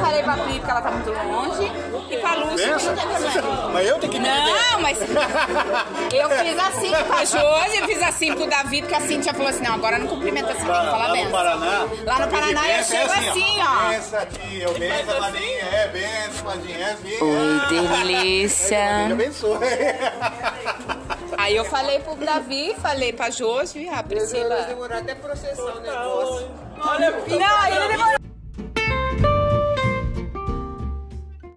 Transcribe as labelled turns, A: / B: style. A: falei pra Pri porque ela tá muito longe. E pra Lúcia que
B: Pensa?
A: não tem problema.
B: Mas eu tenho que me meter.
A: Não, mas eu fiz assim pra Josi, eu fiz assim pro Davi, porque a Cintia falou assim, não, agora não cumprimenta assim, tem que
B: Cara,
A: falar
B: lá
A: bem.
B: no Paraná.
A: Lá no Paraná eu
B: benção é
A: chego assim, ó. assim.
B: Bença, tio, bença, padrinha, é, bença, padrinha, é, bença.
C: Oi, delícia.
B: Abençoe.
A: Aí eu falei pro Davi, falei pra Josi, a ah, Priscila.
D: Vai demorar até processar o negócio.
A: Não, aí ele demorou.